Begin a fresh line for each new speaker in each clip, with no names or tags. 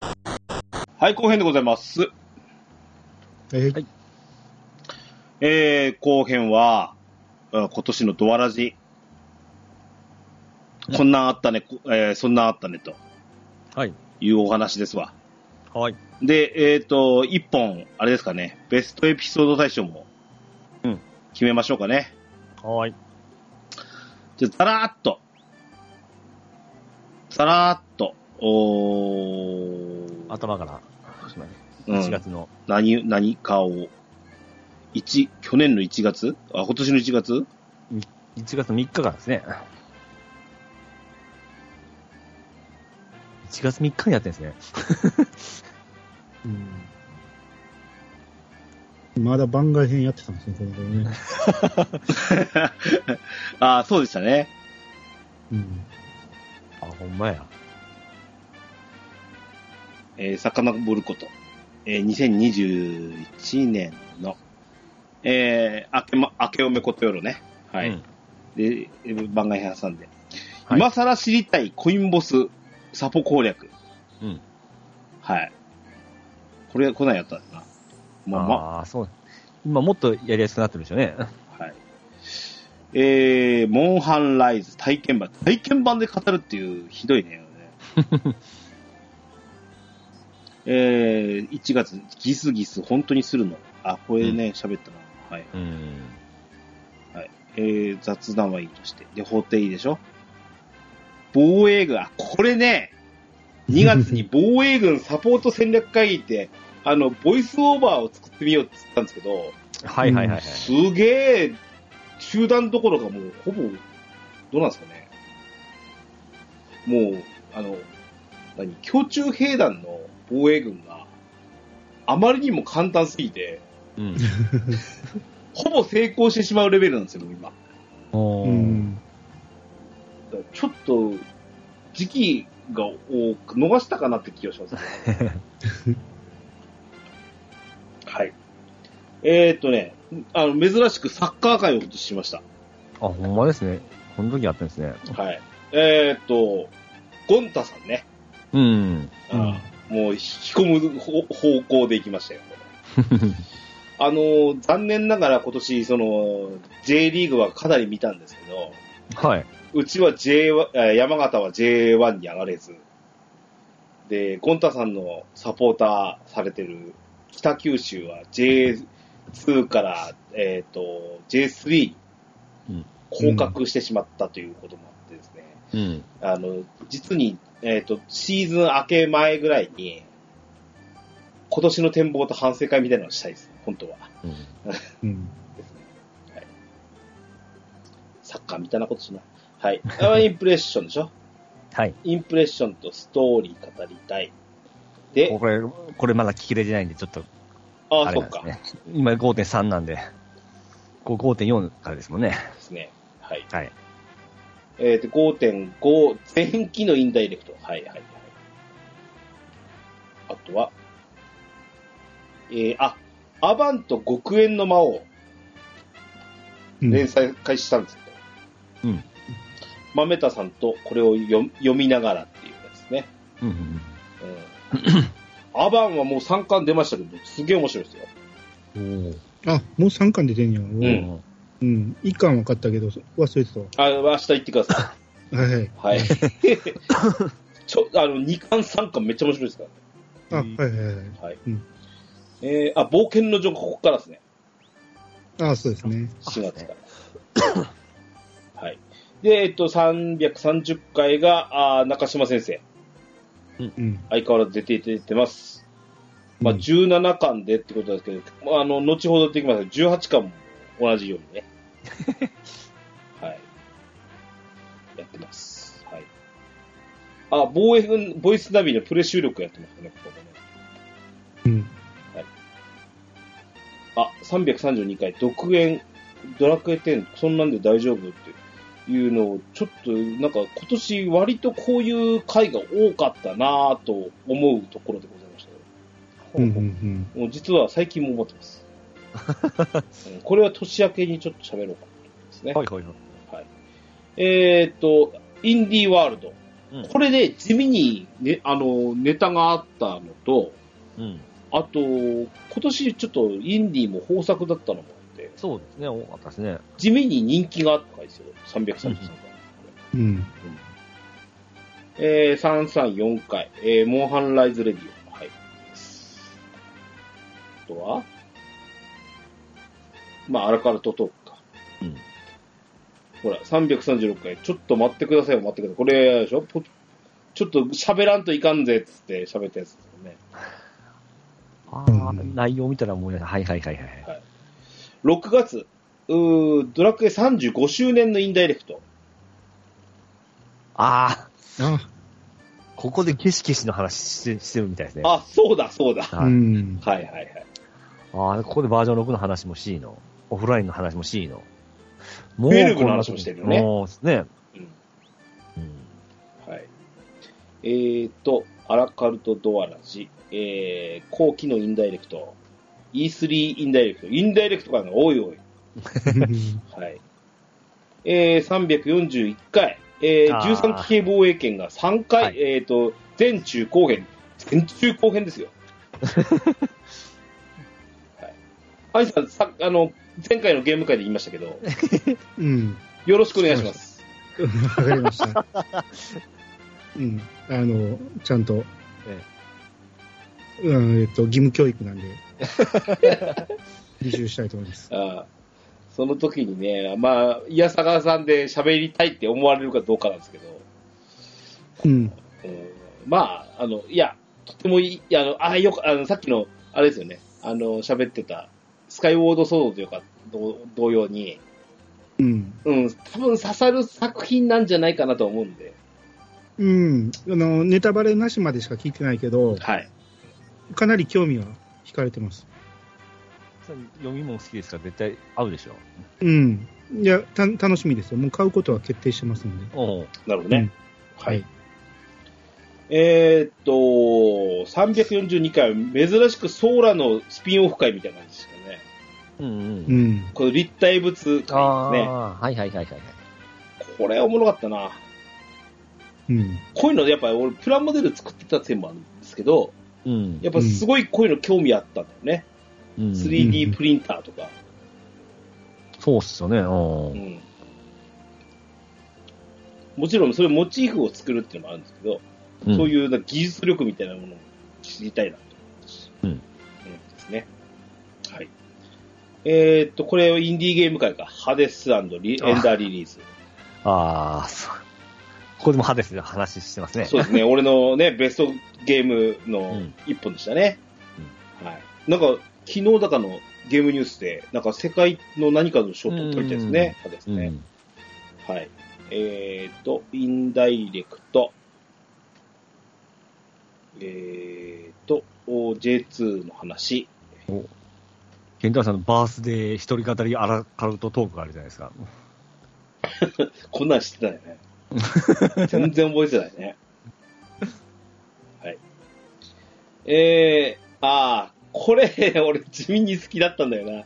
はい、後編でございます。
えー
はい
えー、後編は、あ今年のドアラジ。
ね
こんなんあったね、こえーそんなんあったね、と
はい。
いうお話ですわ。
はい。
で、えっ、と、一本、あれですかね、ベストエピソード大賞も
うん、
決めましょうかね。
はい。
じゃあ、ざらーっと、ざらーっと、おー
頭から。そうだね
うん
1月の。
何、何かを、一、去年の1月あ、今年の1月
1月の3日からですね。1月3日にやってるんですね。
うんまだ番外編やってたんですね、この頃ね。
あそうでしたね。
うん。
あ、ほんまや。
えー、さかのぼること。えー、2021年の、えー、明けま、明けおめことよろね。はい。
うん
で、えー番外編挟んで。
はい
今更知りたいコインボス、サポ攻略。
うん。
はい。これ、こないやったんだな。まあまあ、
ああ、そう。今もっとやりやすくなってるでしょうね。
はい。えー、モンハンライズ体験版。体験版で語るっていう、ひどいね。えー、1月、ギスギス、本当にするの。あ、これね、喋、ったな。はい。
うん。
えー、雑談はいいとして。で、法廷いいでしょ防衛軍、あ、これね、2月に防衛軍サポート戦略会議って、あの、ボイスオーバーを作ってみようって言ったんですけど、
はいはいはいはい。
すげえ、中断どころかもう、ほぼ、どうなんですかね。もう、あの、何、強中兵団の防衛軍が、あまりにも簡単すぎて、
うん。
ほぼ成功してしまうレベルなんですよ、今。だか
お
う
ー
ん。
らちょっと、時期が多く、逃したかなって気がしますね。はい。えー、っとね、あの、珍しくサッカー界を今年しました。
あ、ほんまですね。この時やってるんですね。
はい。えーっと、ゴンタさんね。
うん。
あーもう引き込む方方向で行きま したよ。あのー、残念ながら今年、その、J リーグはかなり見たんですけど、
はい。
うちは J、えー山形は J1 に上がれず、で、ゴンタさんのサポーターされてる北九州は J2 から、えーっと、J3
うん
に降格してしまったということもあってですね、
うん。
あの、実に、えっ、と、シーズン明け前ぐらいに、今年の展望と反省会みたいなのをしたいです、本当は。
うん
うん。
サッカーみたいなことしない。はい。あインプレッションでしょ
はい。
インプレッションとストーリー語りたい。で、
これ、これまだ聞きれてないんで、ちょっと、
あ
あ
あ、
れ
そ
な
っ
んです
か。
ね。今5.3なんで、こう5.4からですもんね。
ですね。はい。
はい。
えっ、と、5.5、前期のインダイレクト。はいはいはい。あとは、えー、あ、アバンと極縁の魔王。
うん
連載開始したんですけど、
うん。
豆田さんとこれを読読みながらっていうやつね。
うんうんうん。
うん、アバンはもう3巻出ましたけど、すげえ面白いですよ。
おー
あ、もう3巻出てんや。
ん
うん。1巻は買ったけど、忘れてたわ
あ明日行ってくださ
はいはい。
い。 はい。ちょあの2巻、3巻めっちゃ面白いですからね。
あ、はいはいはい。
はい
うん
えーあ、冒険の女王、ここからですね。
あ、そうですね。
4月から。 はい。で、えっと、330回が、あー中島先生。
うん。
相変わらず出ていただいてます。まあ、
うん
17巻でってことですけど、まあ、あの、後ほど出てきますが、18巻も同じように ね。はい。やってます。はい。あ、防衛軍、ボイスナビのプレ収録やってますね、ここもね。
うん。
あ、332回、独演、ドラクエ10、そんなんで大丈夫っていうのを、ちょっと、なんか今年割とこういう回が多かったなぁと思うところでございましたね。
うん。うん。
もう実は最近も思ってます。うんこれは年明けにちょっと喋ろうかなと思いますね。
はいはいはい。
えーっと、インディーワールド。
うん
これで地味に、ね、あの、ネタがあったのと、
うん。
あと、今年ちょっとインディーも豊作だったのもあって、
そうですね、多かったですね。
地味に人気があった回ですよ、333回。
うん。
えー、334回、えー、モンハンライズレディオ。はい。あとはまあ、アラカルトトークか。
うん。
ほら、336回、ちょっと待ってくださいよ、待ってください。これ、あれでしょポちょっと喋らんといかんぜ、つって喋ったやつですよね。
ああ、
うん
内容見たら思い出した。はいはいはいはい。
6月、うードラクエ35周年のインダイレクト。
ああ、
あ、
ここで消し消しの話してしてるみたいですね。
あ、そうだ、そうだ。
は
う
い、
ん。
はいはいはい。
ああ、ここでバージョン6の話もしいの。オフラインの話もしいの。も
フィルムの話もしてるよね
もうね。
うん
うん。
はい。えーと、アラカルトドアラジ、えー、後期のインダイレクト、E3 インダイレクト、インダイレクトが多い多い。はい。えー、341回、えー、
あー
13機系防衛権が3回、
はい
えーと、全中後編、全中後編 ですよ。はい。アイさん、さ、あの、前回のゲーム会で言いましたけど、
うん。
よろしくお願いします。
わかりました。うん。あの、ちゃんと。
え
うん、えっと、義務教育なんで。履修したいと思います。
あーその時にね、まあ、いやさがさんで喋りたいって思われるかどうかなんですけど、
うん。
うんまあ、あの、いや、とてもいい、いや、あの、あよかあの、さっきの、あれですよね、あの、喋ってた、スカイウォードソードというか、同同様に、
うん。
うん、多分刺さる作品なんじゃないかなと思うんで、
うん。あの、ネタバレなしまでしか聞いてないけど、
はい。
かなり興味は惹かれてます。
それ読み物好きですから絶対合うでしょ。
うん。いや、た、楽しみですよ。もう買うことは決定してますんで。
おう
なるほどね。は
はいい。
えーっと、342回、珍しくソーラのスピンオフ会みたいな感じですよね。
うんう。
うんん。
この立体物会ですね。
ああー、はいはいはいはいはい。
これおもろかったな。
うん。
こういうの、やっぱり俺、プラモデル作ってたせいもあるんですけど、
うん。
やっぱすごいこういうの興味あったんだよね。
うん、
3D プリンターとか。
そうっすよね。お
う
うん
もちろん、それモチーフを作るっていうのもあるんですけど、そう
い
いうな技術力みたいなものを知りたいなと
うん
思ですね。はい。えーっと、これ、インディーゲーム会か。ハデスリエンダーリリース。
うん。ああ、そう。ここでも派ですね。話してますね。
そう ですね、俺のね、ベストゲーム
う
の
ん
一本でしたね。はい。なんか、昨日だかのゲームニュースで、なんか世界の何かの賞を取ったみたいですね。そうですね。
ん。
はい。えーと、インダイレクト。えーと、お J2 の話。
ケンタロウさんのバースデー一人語りアラカルトトークがあるじゃないですか。
こんなん知ってたよね。全然覚えてないね。はい。えー、あー、これ、俺地味に好きだったんだよな。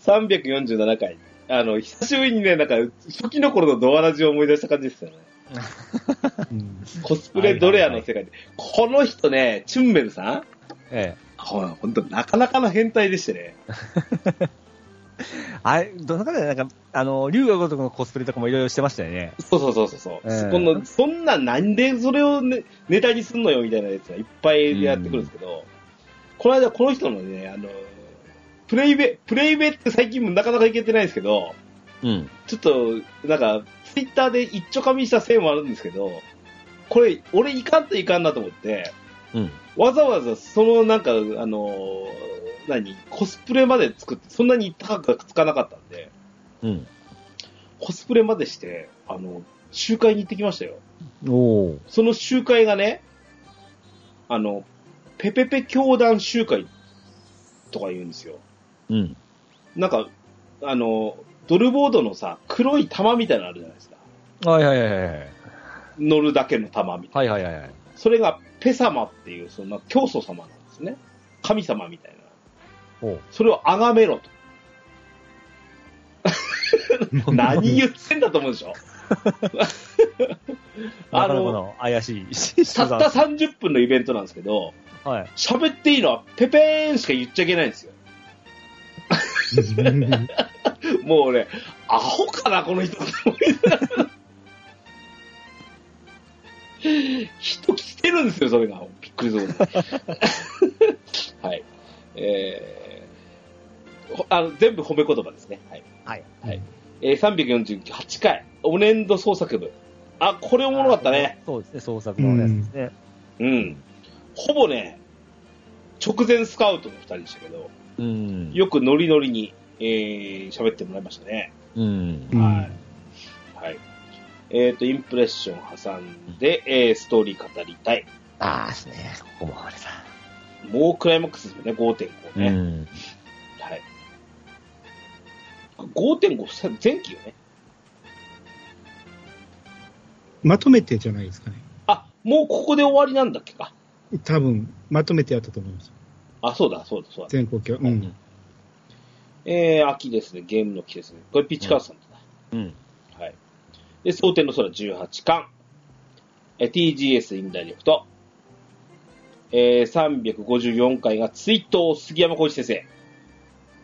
347回。あの、久しぶりにね、なんか、初期の頃のドアラジを思い出した感じですよね。
うん
コスプレドレアの世界で。この人ね、チュンメルさん
え
ほら、ほんと、なかなかの変態でしてね。
え。あれ、どの中でなんか、あの、龍が如くのコスプレとかもいろいろしてましたよね。
そうそうそうそうそう、
ええ
そこの、そんな、なんでそれをね、ネタにすんのよ、みたいなやつがいっぱいやってくるんですけど、この間、この人のね、あの、プレイベ、プレイベって最近もなかなかいけてないんですけど、
うん。
ちょっと、なんか、ツイッターで一丁かみしたせいもあるんですけど、これ、俺いかんといかんなと思って、
うん。
わざわざそのなんか、あの、何、コスプレまで作って、そんなに高くはつかなかったんで、
うん。
コスプレまでして、あの、集会に行ってきましたよ。
おー
その集会がね、あの、ペペペ教団集会とか言うんですよ。
うん。
なんか、あの、ドルボードのさ、黒い玉みたいなのあるじゃないですか。
はいはいはいはい。
乗るだけの玉みたい
はいはいはいはい。
な。それがペ様っていう、その、教祖様なんですね。神様みたいな。
おう
それを崇め ろと。何言ってんだと思うでしょあ
なかなか
の、
の怪しい。
たった30分のイベントなんですけど、
はい。
喋っていいのは、ペペーンしか言っちゃいけないんですよ。もう俺、アホかな、この人。人来てるんですよ、それが。びっくりするほど。はい。えーほあの全部褒め言葉ですね。はい。
はい。
はいえー、348回、お年度創作部。あ、これおもろかったね。。
そうですね、創作のやつですね。
うん。ほぼね、直前スカウトの二人でしたけど、
うん。
よくノリノリに、えー、喋ってもらいましたね。
うん
う。ん
はい。はい。えっ、と、インプレッション挟んで、えー、ストーリー語りたい。
ああですね、ここもあれだ。
もうクライマックスですよね、5.5ね。
うん。
はい。5.5さ、前期よね。
まとめてじゃないですかね。
あ、もうここで終わりなんだっけか。
多分、まとめてやったと思います。
あ、そうだ、そうだ、そうだ。
全国境。うん。
えー、秋ですね、ゲームの季節ね。これピッチカートさんだな。
うん。
はい。で、蒼天の空18巻。えー、TGS インダイレクト。えー、354回が追悼杉山浩一先生。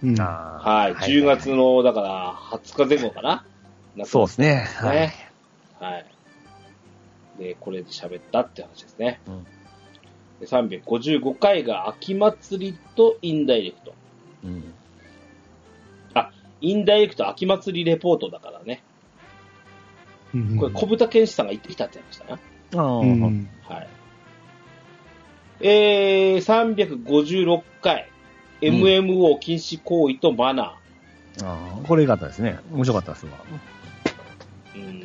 うん。
は
はい。10月。の、だから、20日前後かな。なんか
そうですね。
ね。はい。で、これで喋ったって話ですね。
うん
で355回が秋祭りとインダイレクト。
うん。
インダイレクト秋祭りレポートだからね。
うん
これ、小豚健志さんが行ってきたって話だな。
ああ、
うん
うん。
はい。えー、356回、
うん
MMO 禁止行為とマナ
ああこれ良かったですね。面白かったですわ。
ー。うん、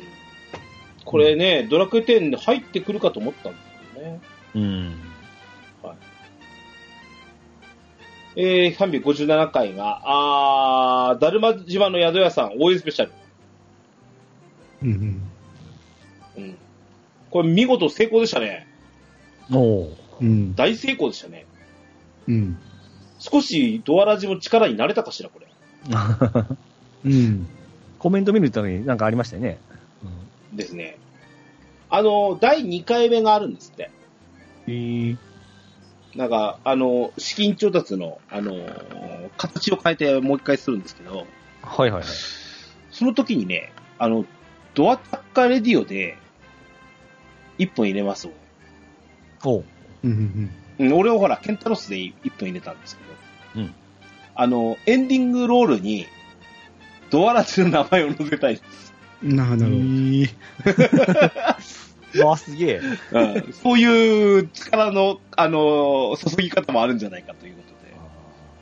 これね、ドラクエ10で入ってくるかと思ったんですけどね。
うん。
えー、357回が、あー、だるま島の宿屋さん応援スペシャル。
うんうん
うん。これ見事成功でしたね。
おお。
うん。
大成功でしたね。
うん。
少しドアラジも力になれたかしら、これ。
うん。
コメント見るために何かありましたよね。
ですね。あの、第2回目があるんですって。
えー、
なんか、あの、資金調達の、あの、形を変えてもう一回するんですけど、
はいはいはい。
その時にね、あの、ドアタッカーレディオで、一本入れます俺
おう。
うんうん
うん、俺はほら、ケンタロスで一本入れたんですけど、
うん
あの、エンディングロールに、ドアラジの名前を載せたい。
うん。なあなるほど。
えー、わあ、す げえ。
うん、そういう力の、あの、注ぎ方もあるんじゃないかということで。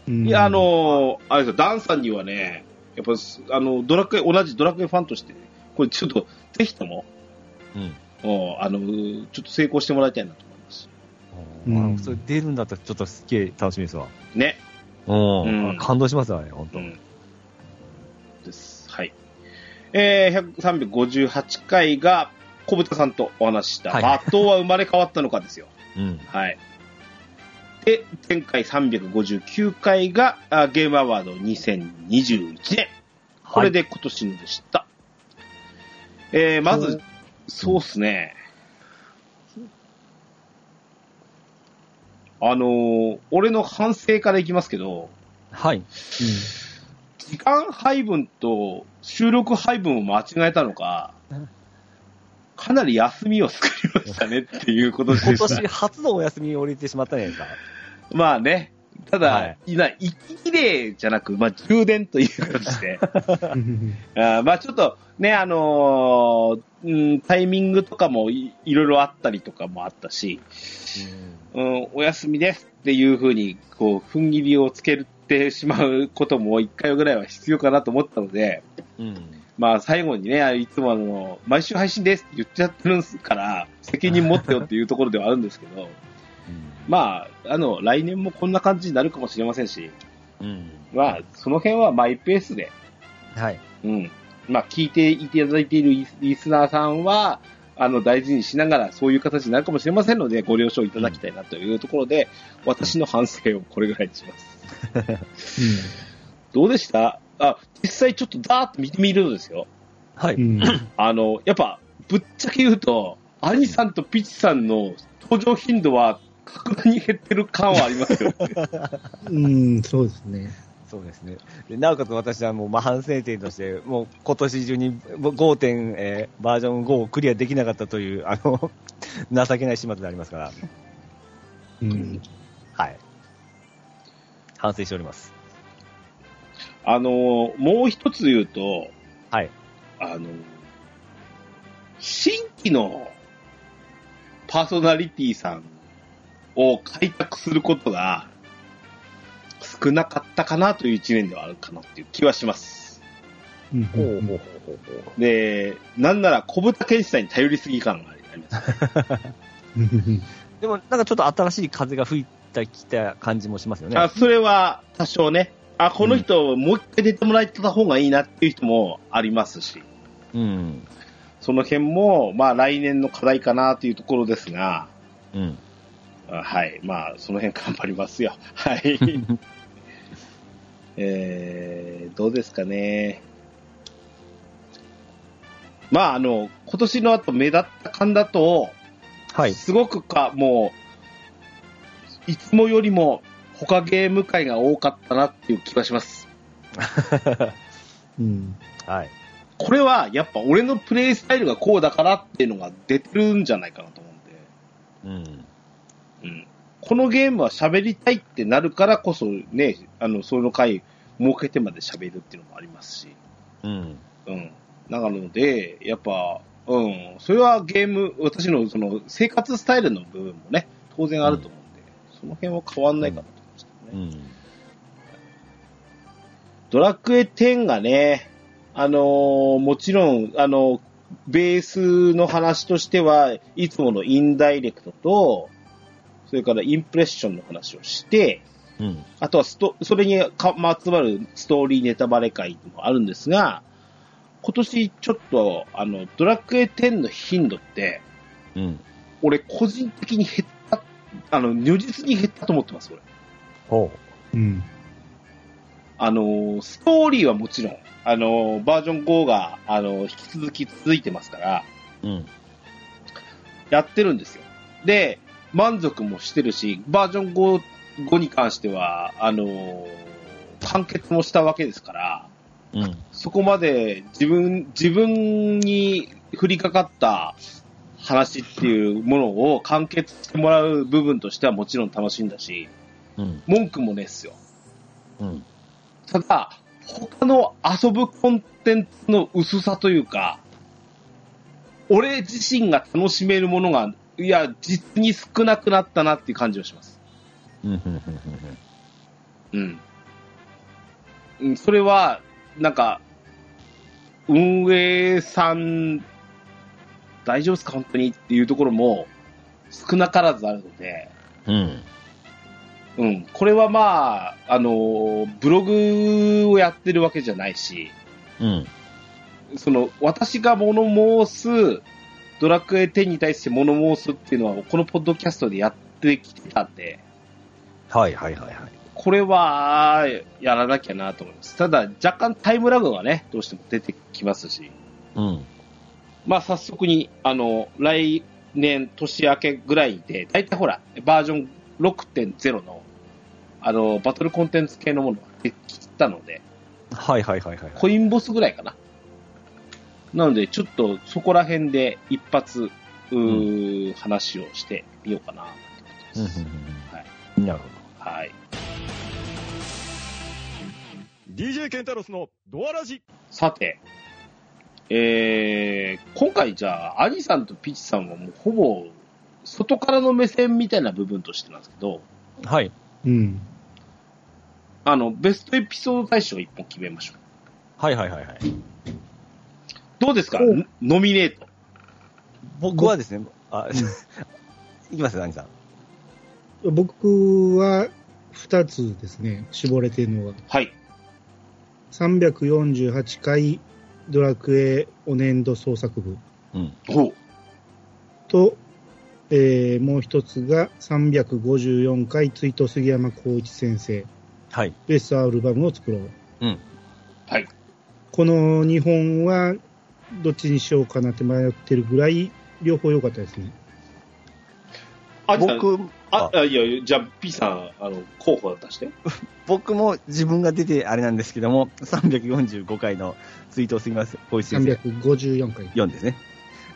うん
いや、あ、のーあれですよ、ダンさんにはね、やっぱ、すあの、ドラクエ、同じドラクエファンとして、これちょっと、ぜひとも、
うん。
うんあの、ちょっと成功してもらいたいなと思います。
うん
うん、それ出るんだったらちょっとすっげえ楽しみですわ。
ね。
うん。
うん
感動しますわね、本当、
うん。です。はい。えー、100 358回が、小豚さんとお話しした、
はい
罵倒は生まれ変わったのかですよ。
うん。
はい。で、前回359回が、あゲームアワード2021年。これで今年のでした。えー、まず、そうっすね。あのー俺の反省からいきますけど、
はい。
時間配分と収録配分を間違えたのか
うん、
かなり休みを作りましたねっていうことで
今
した
年。初のお休みを降りてしまったじゃないですか。
まあね。ただ、、
はい
な、息切れじゃなく、まあ充電という形 で。
うんうん
あーまあちょっとね、あのーうん、タイミングとかもいいろいろあったりとかもあったし、うん、お休みですっていうふうに、こう、踏ん切りをつけてしまうことも一回ぐらいは必要かなと思ったので、
うん。
まあ最後にね、あいつもあの、毎週配信ですって言っちゃってるんですから、責任持ってよっていうところではあるんですけど、 まあ、あの、来年もこんな感じになるかもしれませんし、
うん。
まあ、その辺はマイペースで、
はい。
うん。まあ、聞いていただいているリスリスナーさんは、あの、大事にしながら、そういう形になるかもしれませんので、ご了承いただきたいなというところで、私の反省をこれぐらいにします。どうでしたあ、実際ちょっとダーッと見てみるとですよ。
は
う
い。
ん。
あの、やっぱ、ぶっちゃけ言うと、アニさんとピチさんの登場頻度は、格段に減ってる感はあります よね。
うん、そうですね。
そうですね。でなおかつ私はもう、まあ、反省点として、もう今年中にぼ5点、えーバージョン5をクリアできなかったという、あの、情けない始末でありますから、
うん。
はい。反省しております。
あのー、もう一つ言うと、
はい。
あのー、新規のパーソナリティさんを開拓することが少なかったかなという一年ではあるかなっていう気はします。
うん
うほうほう。
で、なんなら小豚健一さんに頼りすぎ感があります。
うん
でも、なんかちょっと新しい風が吹いてきた感じもしますよね。
あそれは多少ね、あ、この人もう一回出てもらえた方がいいなっていう人もありますし、
うん。
その辺も、まあ来年の課題かなというところですが、
うん。
あはい。まあ、その辺頑張りますよ。 は い。
う
えー、どうですかね。まあ、あの、今年の後目立った感だと、
はい
すごくか、もう、いつもよりも他ゲーム会が多かったなっていう気がします。
うん
はい。
これは、やっぱ俺のプレイスタイルがこうだからっていうのが出てるんじゃないかなと思うんで。
うん。
うんこのゲームは喋りたいってなるからこそね、あの、その回設けてまで喋るっていうのもありますし、
うん。
うん。なので、やっぱ、うん、それはゲーム、私のその生活スタイルの部分もね、当然あると思うんで、その辺は変わんないかなと思いますけ
う
どね。
ん。
ドラクエ10がね、あのーもちろん、あの、ベースの話としては、いつものインダイレクトと、それからインプレッションの話をして、
うん。
あとはスト、それにかまつわるストーリーネタバレ会もあるんですが、今年ちょっと、あの、ドラクエ10の頻度って、
うん。
俺個人的に減った、あの、如実に減ったと思ってます、俺。
ほ
うん
あの、ストーリーはもちろん、あの、バージョン5が、あの、引き続き続いてますから、
う。うん。
やってるんですよ。で、満足もしてるし、バージョン 5, 5に関しては、あの、完結もしたわけですから、
うん。
そこまで自分、自分に降りかかった話っていうものを完結してもらう部分としてはもちろん楽しんだし、
うん。
文句もねえっすよ。
うん。
ただ、他の遊ぶコンテンツの薄さというか、俺自身が楽しめるものが、いや、実に少なくなったなっていう感じをします。
うん。
うん。うんそれは、なんか、運営さん、大丈夫ですか本当にっていうところも少なからずあるので、
うん。
うん。これはまあ、あの、ブログをやってるわけじゃないし、
うん。
その、私が物申す、ドラクエ10に対して物申すっていうのは、このポッドキャストでやってきてたんで、
はいはいはいはい。
これは、やらなきゃなと思います。ただ、若干タイムラグがね、どうしても出てきますし、
うん。
まあ、早速に、あの、来年年明けぐらいで、だいたいほら、バージョン6.0の、あの、バトルコンテンツ系のものができたので、
はいはいはいはい。
コインボスぐらいかな。なので、ちょっとそこら辺で一発、うー話をしてみようかなと
うん
思ってます。
うん。なるほど。
はい。
DJ ケンタロスのドアラジ
さて、えー、今回じゃあ、アニさんとピチさんはもうほぼ、外からの目線みたいな部分としてなんですけど、
はい。
うん
あの、ベストエピソード大賞を一本決めましょう。
はいはいはいはい。
どうですか
お
ノミネート。
僕はですね、あ、いきますよ、兄さん。
僕は2つですね、絞れてるのは。
はい。
348回ドラクエオネンド創作部
うん。
ほう。
と、えーもう一つが354回追悼杉山浩一先生、
はい。
ベストアルバムを作ろう。
うん。
はい。
この2本はどっちにしようかなって迷ってるぐらい、両方良かったですね。
アニさん、
僕、
あ、あいや、じゃあ P さん、あの、候補出して。
僕も自分が出てあれなんですけども、345回のツイートをすぎます、小石先生。
354回。
4ですね。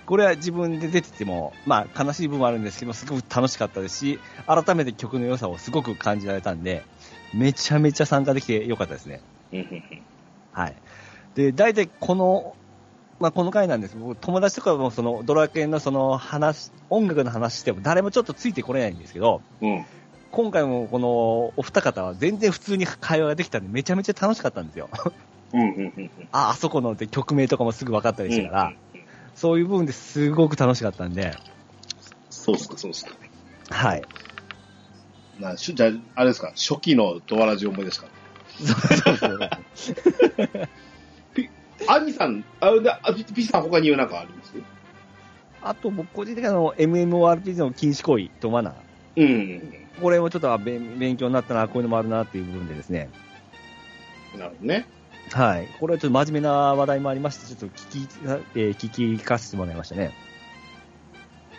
これは自分で出てても、まあ悲しい部分もあるんですけど、すごく楽しかったですし、改めて曲の良さをすごく感じられたんで、めちゃめちゃ参加できて良かったですね。
うんうん
はい。で、大体この、まあ、この回なんですけど、僕友達とかもそのドラケンのその話、音楽の話しても誰もちょっとついてこれないんですけど、
うん。うん。
今回もこのお二方は全然普通に会話ができたんで、めちゃめちゃ楽しかったんですよ。
うんうんうんうん。
あ、あそこのって曲名とかもすぐ分かったりしたから、
うんうんうん
そういう部分ですごく楽しかったんで、
そうっすか、そうっすか。
はい。
なしゅじゃあ、あれですか、初期のドアラジ思い出ですか。アミさん、あ、で、あピピさん他に何かあります
あと僕個人的にあの MMORPG の禁止行為とマナー。
うんうん
これもちょっとあ勉勉強になったな、こういうのもあるなっていう部分でですね。
うん。なるほどね。
はい。これはちょっと真面目な話題もありまして、ちょっと聞き、えー聞きかせてもらいましたね。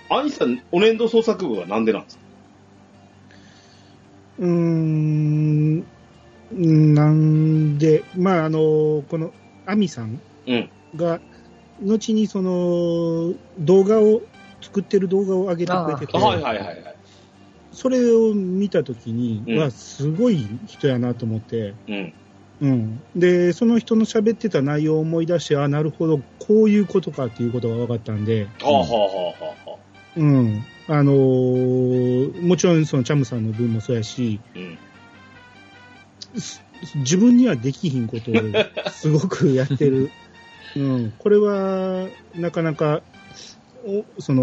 アニさん、お年度創作部はなんでなんですか
うーん、なんで、まあ、あの、この、アミさん
うん。
が、後にその、動画を、作ってる動画を上げてくれてて、
あはいはいはいはい。
それを見たときに、
うん
わ、すごい人やなと思って、
うん。
うん。で、その人の喋ってた内容を思い出して、あ、なるほど、こういうことかっていうことが分かったんで、
はあはあはあはあはあ。
うん。あのーもちろんそのチャムさんの分もそうやし、
うん。
す自分にはできひん ことをすごくやってる。うん。これは、なかなか、おその、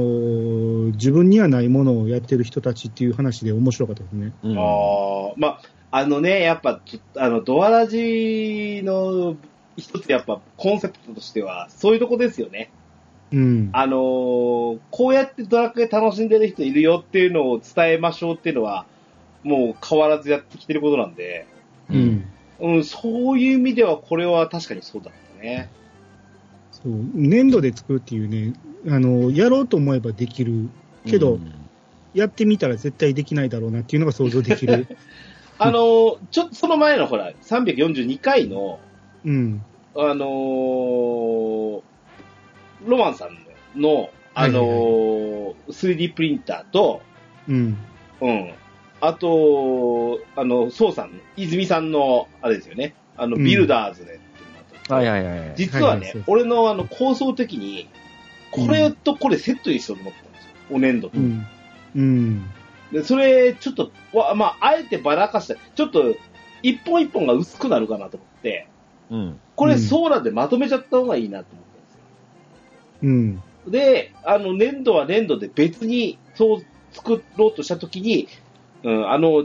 自分にはないものをやってる人たちっていう話で面白かったですね。
うん
ああ、まあ、あのね、やっぱ、ちょあの、ドアラジの一つやっぱコンセプトとしては、そういうとこですよね。
うん。
あのーこうやってドラクエ楽しんでる人いるよっていうのを伝えましょうっていうのは、もう変わらずやってきてることなんで、
う。ん。
うん、そういう意味ではこれは確かにそうだったね。
そう。粘土で作るっていうね、あの、やろうと思えばできる。けど
うん
やってみたら絶対できないだろうなっていうのが想像できる。
あのーちょっとその前のほら、342回の、
うん。
あのーロマンさんの、あのー 3D プリンターと、
うん。
うん。あと、あの、そうさん、泉さんの、あれですよね、あの、
うん
ビルダーズでっていうのと、
はいはいはいはい。
実は
はいはい
ね
そう、
俺のあの、構想的に、これとこれセットにしようと思ったんですよ。お年度と
う。ん。うん。
で、それ、ちょっと、わまあ、あえてばらかして、ちょっと、一本一本が薄くなるかなと思って、
うん。
こ
う
れ、
ん
ソーラでまとめちゃった方がいいなと思ったんですよ。
うん。
で、あの、粘土は粘土で別に、そう作ろうとしたときに、うん、あの、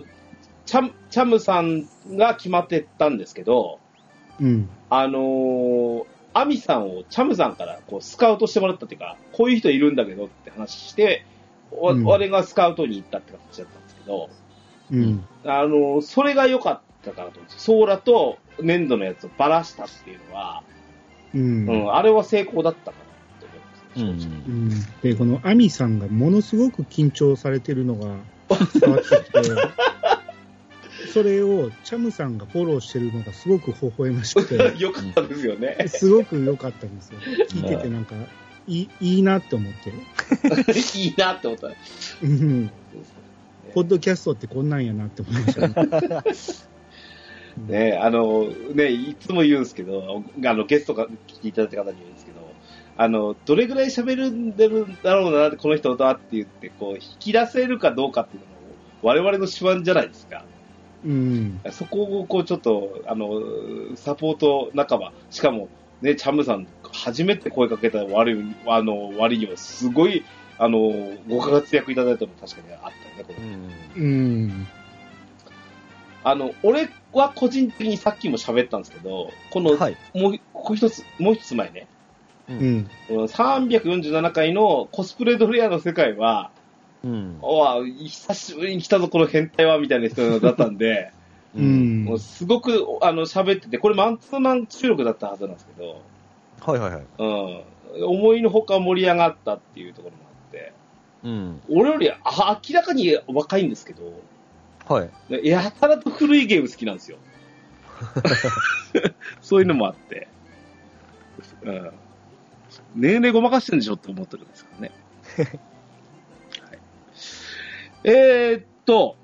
チャム、チャムさんが決まってたんですけど、
うん。
あのーアミさんをチャムさんからこうスカウトしてもらったっていうか、こういう人いるんだけどって話して、わ
うん
俺がスカウトに行ったって形だったんですけど、
うん。
あのーそれが良かったからと思うんですよソーラと粘土のやつをばらしたっていうのは、
うん
うん、あれは成功だったかなと
う
思うんですよ正直
ん。
で、このアミさんがものすごく緊張されてるのが伝わってきて、それをチャムさんがフォローしてるのがすごく微笑ましくて、
良かったですよ ね。
すごく良かったんですよ。聞いててなんか、いいいいなって思って。
いいなって思った。
うん。ポッドキャストってこんなんやなって思いましたね。
ね、あの、ね、いつも言うんですけど、あの、ゲストが来ていただいた方に言うんですけど、あの、どれぐらい喋るんでるんだろうな、この人だって言って、こう、引き出せるかどうかっていうのも、我々の手腕じゃないですか。
うん。
そこを、こう、ちょっと、あの、サポート半ば、しかも、ね、チャムさん、初めて声かけた割に、あの、割には、すごい、あの、ご活躍いただいたのも確かにあったよね、これ。
うん。
あの、俺は個人的にさっきも喋ったんですけど、この、
はい。
もう、ここ一つ、もう一つ前ね。
うん。
うん347回のコスプレドレアの世界は、
うん。
おわ、久しぶりに来たぞ、この変態は、みたいな人だったんで、
う
うん。
ん
もう。すごく、あの、喋ってて、これマンツーマン収録だったはずなんですけど、
はいはいはい。
うん。思いのほか盛り上がったっていうところもあって、
うん。
俺よりあ明らかに若いんですけど、
はい。
やたらと古いゲーム好きなんですよ。そういうのもあって。うん。年齢ごまかしてるんでしょって思ってるんですけどね。はい、えー、っと、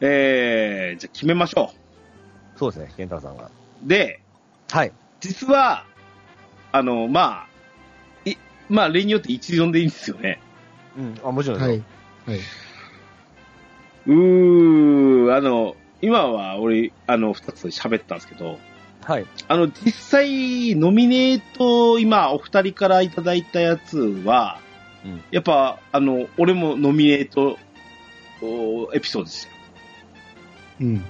えー、じゃあ決めましょ
そうですね、健太郎さんが。
う。で、
はい。
実は、あの、まあ、い、まあ、例によって一論でいいんですよね。
うん。あ、もちろんです
は
よ
い。はい。
うー、あの、今は俺、あの、二つ喋ったんですけど、
はい。
あの、実際、ノミネート、今、お二人からいただいたやつは、
うん
やっぱ、あの、俺もノミネート、おエピソードでしたよ。
うん。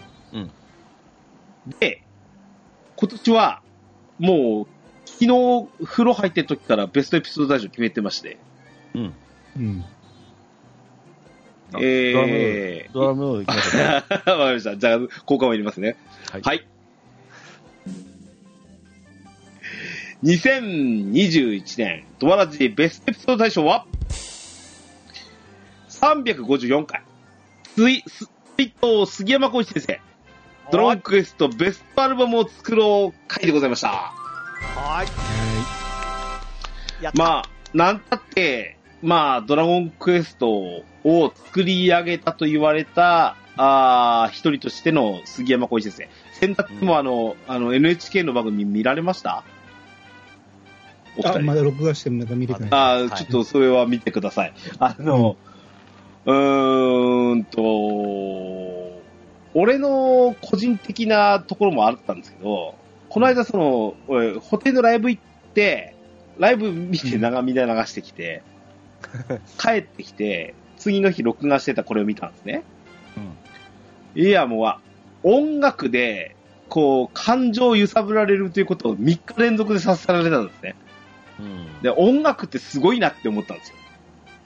で、今年は、もう、昨日、風呂入ってる時からベストエピソード大賞決めてまして、
うん。
うん。
あ
えー、
ドラムロール行きましょ う
わかりました。じゃあ、交換を入れますね。
はい
はい。2021年、ドアラジベストエピソード大賞は、354回、ツイ、スイット杉山浩一先生、ドラゴンクエストベストアルバムを作ろう回でございました。
はーい。
は
まあ、なんたって、まあ、ドラゴンクエストを作り上げたと言われた、あー一人としての杉山浩一先生。先達もあの、あの、NHK の番組見られましたお
い。あ、
二
ま
人。
だ録画してもなんか見れてない。
あー
はい
ちょっとそれは見てください。あの、うーんと、俺の個人的なところもあったんですけど、この間その、俺、ホテルのライブ行って、ライブ見て長涙流してき て、帰ってきて、次の日録画してたこれを見たんですね。
うん。
いや、もうあ、音楽で、こう、感情を揺さぶられるということを3日連続でさせられたんですね。
うん。
で、音楽ってすごいなって思ったんですよ。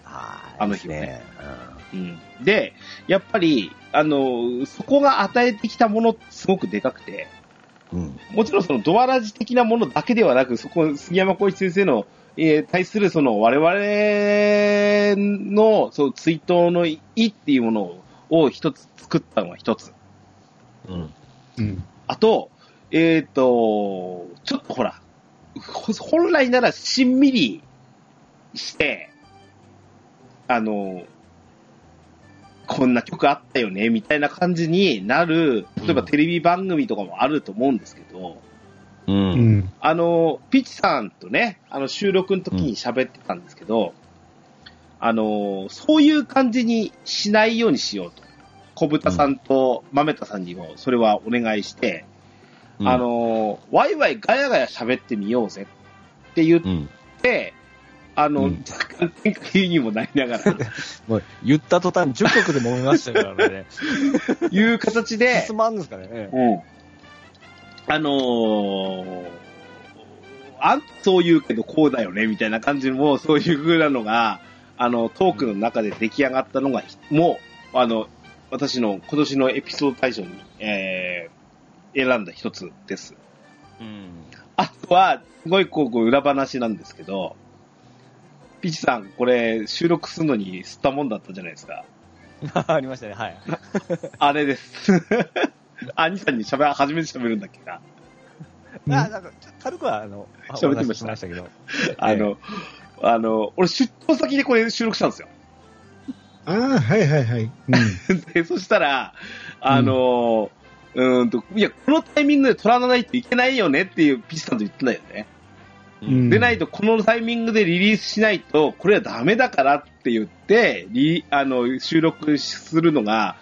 あ
あ
あ
の
の
日
日
はね
ね。
うんで、やっぱり、あの、そこが与えてきたものってすごくでかくて、
うん。うん。
もちろんそのドアラジ的なものだけではなく、そこ、杉山浩一先生の、えー対するその我々の、そう、追悼の意っていうものをを一つ作ったのは一つ。
うん。
うん。
あと、えっ、と、ちょっとほら、ほ本来ならしんみりして、あの、こんな曲あったよね、みたいな感じになる、例えば
うん
テレビ番組とかもあると思うんですけど、
う。
うんん。
あの、ピチさんとね、あの収録の時に喋ってたんですけど、あの、そういう感じにしないようにしようと。小豚さんと豆田さんにもそれはお願いして、あ、の、ワイワイガヤガヤ喋ってみようぜって言っ
うん。
て、あの、
うん
若干展開にもなりながら、
もう言った途端、10曲で揉めましたから ね。
いう形 で、
進まんですかね。
うん。あのー、あ、そう言うけどこうだよね、みたいな感じも、そういう風なのが、あの、トークの中で出来上がったのが、もう、あの、私の今年のエピソード大賞に、えー、選んだ一つです。
うん。
あとは、すごいこう、こう裏話なんですけど、ピチさん、これ、収録するのに吸ったもんだったじゃないですか。
ありましたね、はい。
あれです。 兄さんに喋、初めて喋るんだっけな。
うん
あなんかちょっと軽くは、あの、あ
喋ってました
お話しけ ど。
あの、あの、俺出張先でこれ収録したんですよ。
ああ、はいはいはい。
で、そしたら、あの、うーんと、いや、このタイミングで取らないといけないよねっていうピッチさんと言ってたよね。
うん。うん
でないと、このタイミングでリリースしないと、これはダメだからって言って、リあの、収録するのが、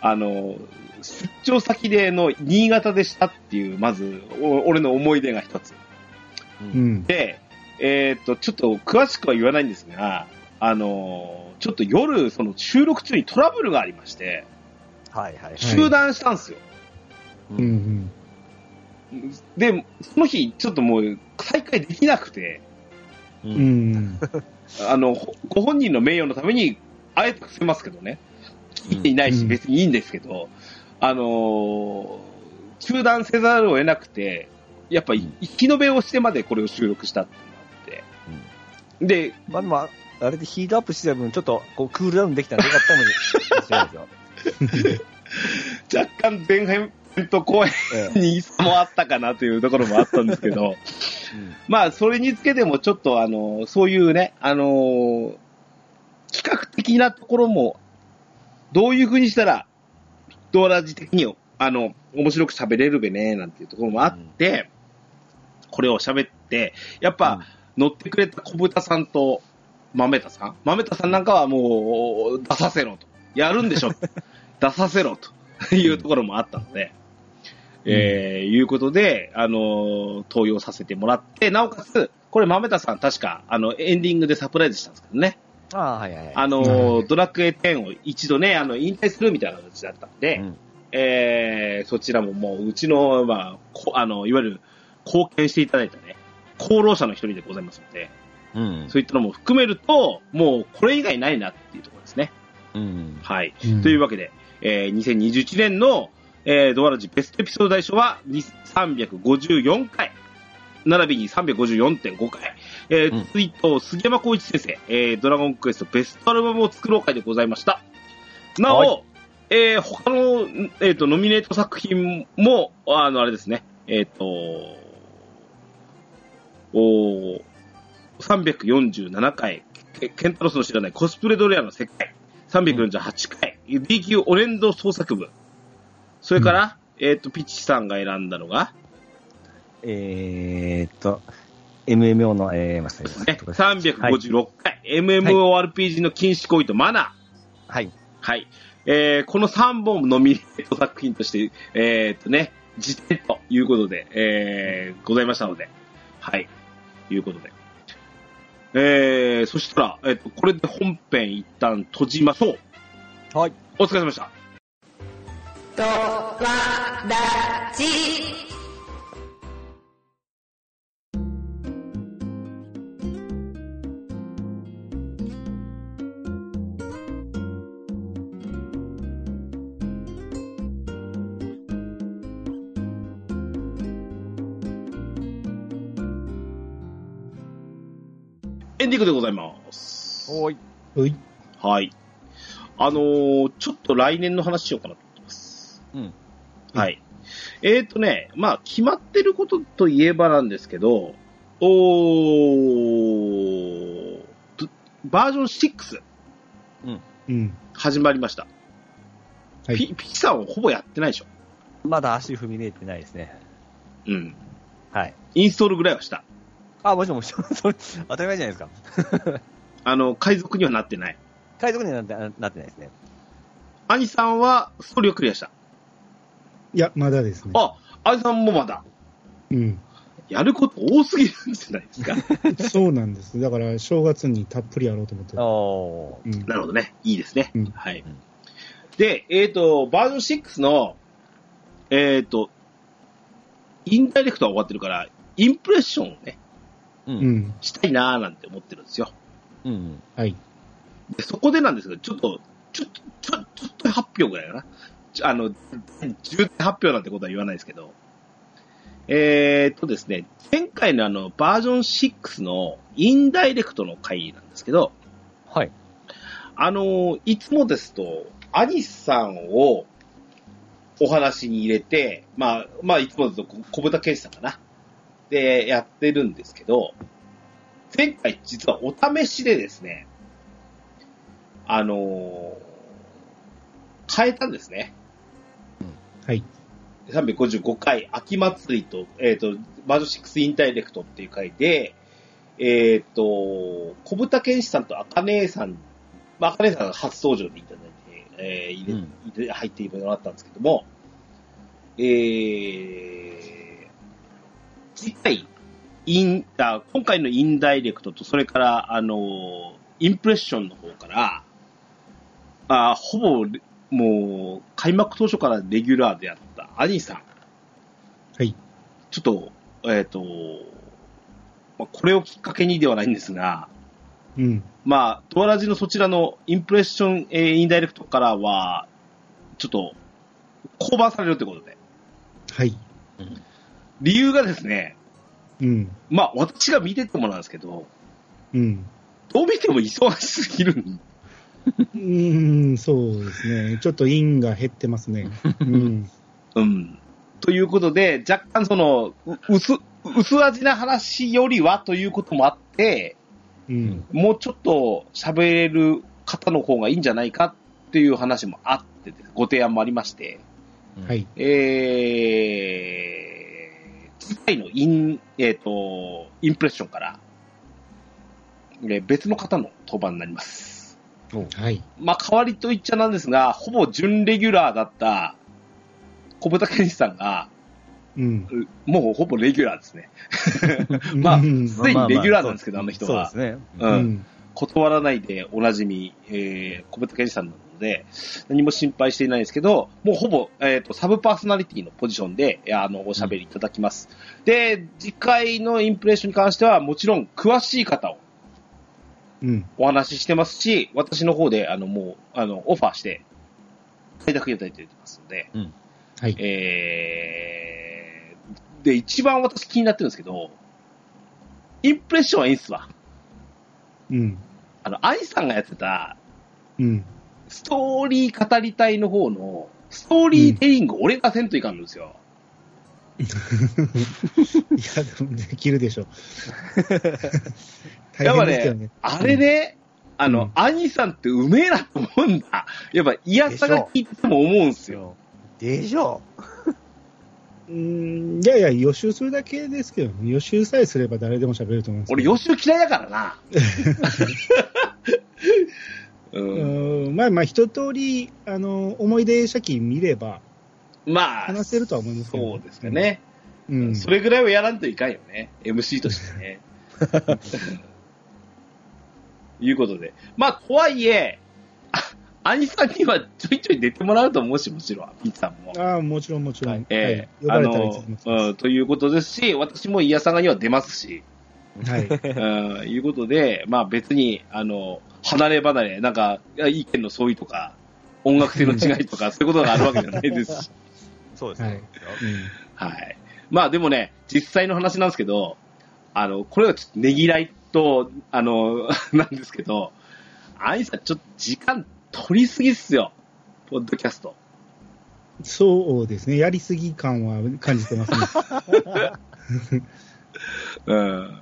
あの、出張先での新潟でしたっていう、まず、お俺の思い出が一つ。
うん。
で、えっ、と、ちょっと詳しくは言わないんですが、あのーちょっと夜、その収録中にトラブルがありまして、
はいはい。
中断したんですよ。
うん。うん。
で、その日、ちょっともう再開できなくて、
う。
うんん。
あの、ほご本人の名誉のために、あえて伏せますけどね。聞いていないし、
うん
別にいいんですけど、あのー中断せざるを得なくて、やっぱ、生き延べをしてまでこれを収録したってなって、で、
まあでも、ああれでヒートアップしてた分、ちょっとこうクールダウンできたんでよか ったのにしれないですよ。
若干前編と後編
え
にもあったかなというところもあったんですけど、
えうん
まあ、それにつけても、ちょっと、あの、そういうね、あのー企画的なところも、どういうふうにしたら、ドアラジ的に、あの、面白く喋れるべね、なんていうところもあって、これを喋って、やっぱ、乗ってくれた小豚さんと、豆田さん豆田さんなんかはもう、出させろと。やるんでしょ出させろというところもあったので、えー、いうことで、あのー登用させてもらって、なおかつ、これ、豆田さん、確か、あの、エンディングでサプライズしたんですけどね。
ああ、はいはいはい。
あのー
は
ドラクエ10を一度ね、あの、引退するみたいな形だったんで、
うん
えー、そちらももう、うちの、まあ、こあの、いわゆる、貢献していただいたね、功労者の一人でございますので、
うん。
そういったのも含めると、もう、これ以外ないなっていうところですね。
うん。
はい。
うん
というわけで、えー2021年の、えードアラジベストエピソード大賞はに354回、並びに354.5回、えー
うん
ツイート、杉山浩一先生、えードラゴンクエストベストアルバムを作ろう会でございました。なお、
は
えー他の、んえーと、ノミネート作品も、あの、あれですね、えっ、と、おー347回、ケケンタロスの知らないコスプレドレアの世界、348回、B 級オレンド創作部、それから、えっ、と、ピッチさんが選んだのが、
えーっと、MMO の、えー、まあ、そう
ね、
ですね
356回、MMORPG の禁止行為とマナー、
はい。
はい。えーこの3本をノミネート作品として、えーっとね、辞典ということで、えーございましたので、はい。ということで。えー、そしたら、えーっと、これで本編一旦閉じましょう。
はい。
お疲れ様でした。
とわだち。
エンディングでございます。
おーい。
おい
はい。あのーちょっと来年の話しようかなと思ってます。
うん。
はい。えーっ、とね、まあ、決まってることといえばなんですけど、おーとバージョン6
うん。
始まりました。
はい
ピピチさんはほぼやってないでしょ。
まだ足踏み入れてないですね。
うん。
はい。
インストールぐらいはした。
あ、もちろんもちろん、 それ、当たり前じゃないですか。
あの、海賊にはなってない。
海賊にはなってなってないですね。
アニさんはストーリーをクリアした。
いや、まだですね。
あ、アニさんもまだ。
うん。
やること多すぎるんじゃないです か。
そうなんです。だから、正月にたっぷりやろうと思って。
おー。
うん
なるほどね。いいですね。
うん
はい
うん。
で、えっ、と、バージョン6の、えっ、と、インダイレクトは終わってるから、インプレッションをね、
う。
うんん。
したいなーなんて思ってるんですよ。
うん。
はい。
で、そこでなんですけど、ちょっと、ちょっと、ちょちょっと発表ぐらいかな。ちょあの、重点発表なんてことは言わないですけど、えっ、とですね、前回のあの、バージョン6のインダイレクトの回なんですけど、
はい。
あの、いつもですと、アニさんをお話に入れて、まあ、まあ、いつもですと、こ小豚健二さんかな。で、やってるんですけど、前回実はお試しでですね、あの変えたんですね。
はい。
355回秋祭りと、えっ、と、バージョン6インダイレクトっていう回で、えっ、と、小豚健志さんと赤姉さん、まあ、赤姉さんが初登場でいただいて、えー入れ
うん
入れ入ってもらったんですけども、えー、次回、イン、あ今回のインダイレクトと、それから、あのーインプレッションの方から、あほぼ、もう、開幕当初からレギュラーであったアニさん。
はい。
ちょっと、えっ、と、まあ、これをきっかけにではないんですが、
うん。
まあ、ドアラジのそちらのインプレッション、えーインダイレクトからは、ちょっと、降板されるということで。
はい。
理由がですね、
うん。
まあ、私が見ててもなんですけど、
うん。
どう見ても忙しすぎるん
うーん、そうですね。ちょっと因が減ってま すね。うん。
うん。ということで、若干その、う薄、薄味な話よりはということもあって、
うん。
もうちょっと喋れる方の方がいいんじゃないかっていう話もあってです、ご提案もありまして、
は。い。
えー、次回のイン、えっ、と、インプレッションから、えー別の方の登板になります。
はい。
まあ、代わりと言っちゃなんですが、ほぼ準レギュラーだった小豚健二さんが、
うん。
うもうほぼレギュラーですね。まあ
うん
すでにレギュラーなんですけど、あの人は。
そうですね。
う。
うんん。
断らないでおなじみ、えー、小豚健二さんなので、何も心配していないんですけど、もうほぼ、えっ、と、サブパーソナリティのポジションで、いやあの、おしゃべりいただきます。で、次回のインプレッションに関しては、もちろん詳しい方を
うん。
お話ししてますし、私の方で、あの、もう、あの、オファーして、開拓いただいてますので、
はい。
えー、で、一番私気になってるんですけど、インプレッションはいいんすわ。
うん。
あの、愛さんがやってた、
うん。
ストーリー語り隊の方の、ストーリーテリング、俺がせんといかんのですよ。
いや、でもできるで しょ。
やっ
大
ぱ
変ですよ
ね
ね。、
あれね、あ
う
の
ん、
アニさんってうめえなと思うんだ。やっぱ、嫌さが聞いてても思うんすよ。
でしょ
うん。いやいや、予習するだけですけど、予習さえすれば誰でも喋ると思うんですけど
俺、予習嫌いだから な。うん、
うんまあまあ、一通り、あの、思い出写真見れば、
まあ、
話せるとは思いますけど
そうですかね。
うん。
それぐらいはやらんといかんよね。MC として ね。いうことで。まあ、とはいえ、あ兄さんにはちょいちょい出てもらうと思うし、もちろん、ピッツさんも。
ああ、もちろんもちろん。
ええ
はい
あ
呼ばれたらいつ
の
でも来、
うん、ということですし、私もイヤサガには出ます し、
ます。はい。
うん、いうことで、まあ別に、あの、離れ離れ、なんか、いや意見の相違とか、音楽性の違いとか、そういうことがあるわけじゃないですし、
そうですね。
はい。まあでもね、実際の話なんですけど、あの、これはちょっとねぎらいと、あの、 なんですけど、アイさんちょっと時間取りすぎっすよ、ポッドキャスト。
うんそうですね。やりすぎ感は感じてますね。
うん。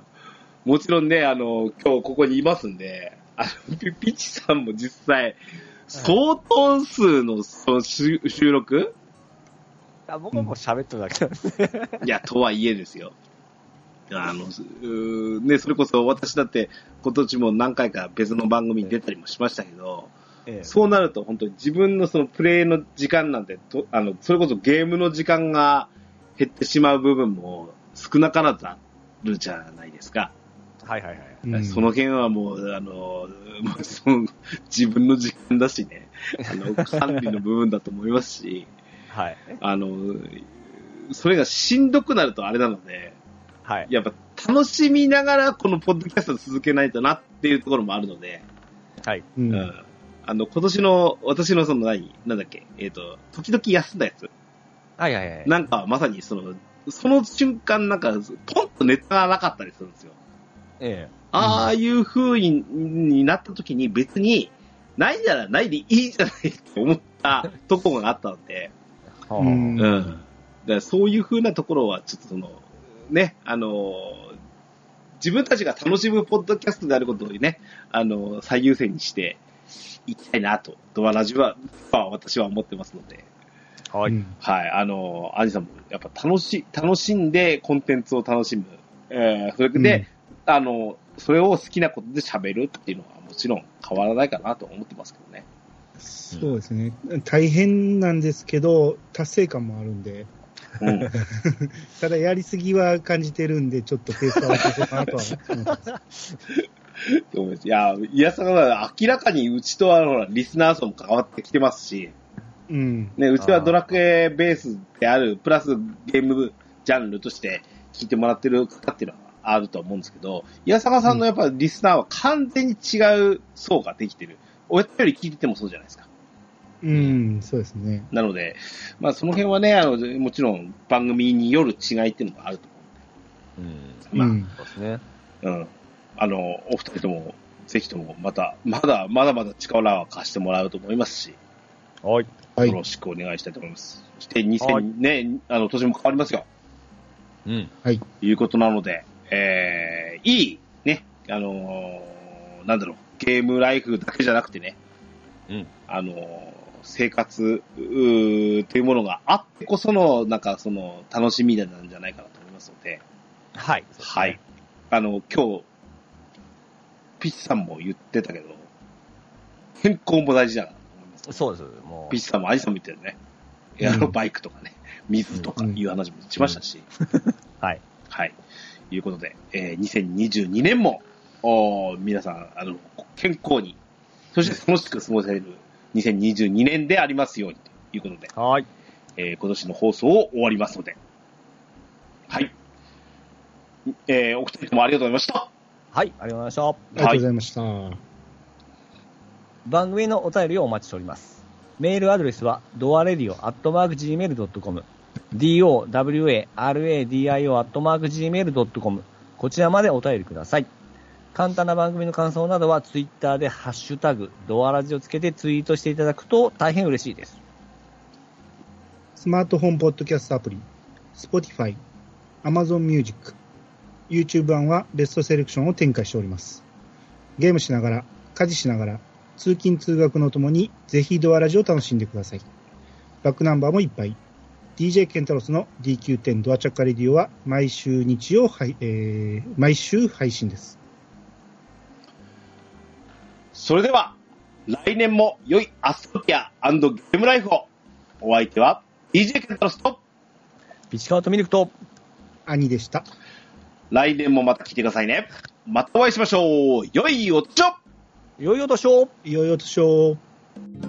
もちろんね、あの、今日ここにいますんで、あの、ピピッチさんも実際、相当数のその収収録
あ僕はもう喋っとるだけなんです。
いや、とはいえですよ。あの、うーね、それこそ私だって、今年も何回か別の番組に出たりもしましたけど、
ええ
そうなると本当に自分のそのプレイの時間なんて、とあの、それこそゲームの時間が減ってしまう部分も少なからずあるじゃないですか。
はいはいはい。
うん
その辺はもう、あの、 もうその自分の時間だしね、あの、管理の部分だと思いますし、
はい。
あの、それがしんどくなるとあれなので、
はい。
やっぱ楽しみながらこのポッドキャストを続けないとなっていうところもあるので、
はい。
うん
う。んあの、今年の、私のその何、なんだっけ、えっ、と、時々休んだやつ。
はいはいはい。
なんかはまさにその、その瞬間なんか、ポンとネタがなかったりするんですよ。
え
ああいう風にになった時に別に、ないならないでいいじゃないって思ったところがあったので、
え。
うん
うん。だからそういう風なところは、ちょっとその、ね、あのー自分たちが楽しむポッドキャストであることをね、あのー最優先にしていきたいなと、ドアラジは、は私は思ってますので、
は
う
い。
ん
はい、あのーアニさんもやっぱ楽し、楽しんでコンテンツを楽しむ。えーそれで、あの、それを好きなことで喋るっていうのはもちろん変わらないかなと思ってますけどね。
そうですね。大変なんですけど、達成感もあるんで、
うん。
ただやりすぎは感じてるんで、ちょっとペースを落とそうかなとは思ってます。
そうですいや、いやさがは明らかにうちとはほら、リスナー層も関わってきてますし、
うん。
ね、うちはドラクエベースである、プラスゲームジャンルとして聞いてもらってる方っていうのはあると思うんですけど、いやさがさんのやっぱりリスナーは完全に違う層ができてる。おやつより聞いててもそうじゃないですか。
うん、そうですね。
なので、まあその辺はね、あの、もちろん番組による違いっていうのがあると思
うん。
う。まあ、
うん
そうですね。
うん。あの、お二人とも、ぜひとも、また、まだ、まだまだ力は貸してもらうと思いますし、
はい。
はい
よろしくお願いしたいと思います。そして、2000年、あの、年も変わりますよ。
うん。
ということなので、えー、いい、ね、あのーなんだろう、ゲームライフだけじゃなくてね、
うん。
あのー生活、うーというものがあってこその、なんか、その、楽しみなんじゃないかなと思いますので、
はい。
はい。あの、今日、ピッチさんも言ってたけど、健康も大事だなと思います。
そうです。も
ピッチさんもアイさんも言ってるね。あの、
うん
バイクとかね、水とかいう話もしましたし、
う。はい。
はい。いうことで、えー2022年も、おー皆さん、あの、健康に、そして楽しく過ごせる2022年でありますように、ということで、
はい。
えー今年の放送を終わりますので、はい。えーお二人ともありがとうございました。
はい。ありがとうございました。
ありがとうございました。
番組のお便りをお待ちしております。メールアドレスは、ドアレディオアットマーク Gmail.com、dowaradio アットマーク Gmail.com、こちらまでお便りください。簡単な番組の感想などは、ツイッターでハッシュタグ、ドアラジをつけてツイートしていただくと大変嬉しいです。
スマートフォンポッドキャストアプリ、Spotify、Amazon Music、YouTube 版はベストセレクションを展開しております。ゲームしながら、家事しながら、通勤通学のともに、ぜひドアラジを楽しんでください。バックナンバーもいっぱい。DJ ケンタロスの DQ10 ドアチャッカレディオは毎週日曜配、えー毎週配信です。
それでは、来年も良いアストピアゲームライフを。お相手は、DJ ケンタロスと、
ピチカートミルクと、
兄でした。
来年もまた来てくださいね。またお会いしましょう。良いお年を
いよいよとしょう
いよいよとしょう。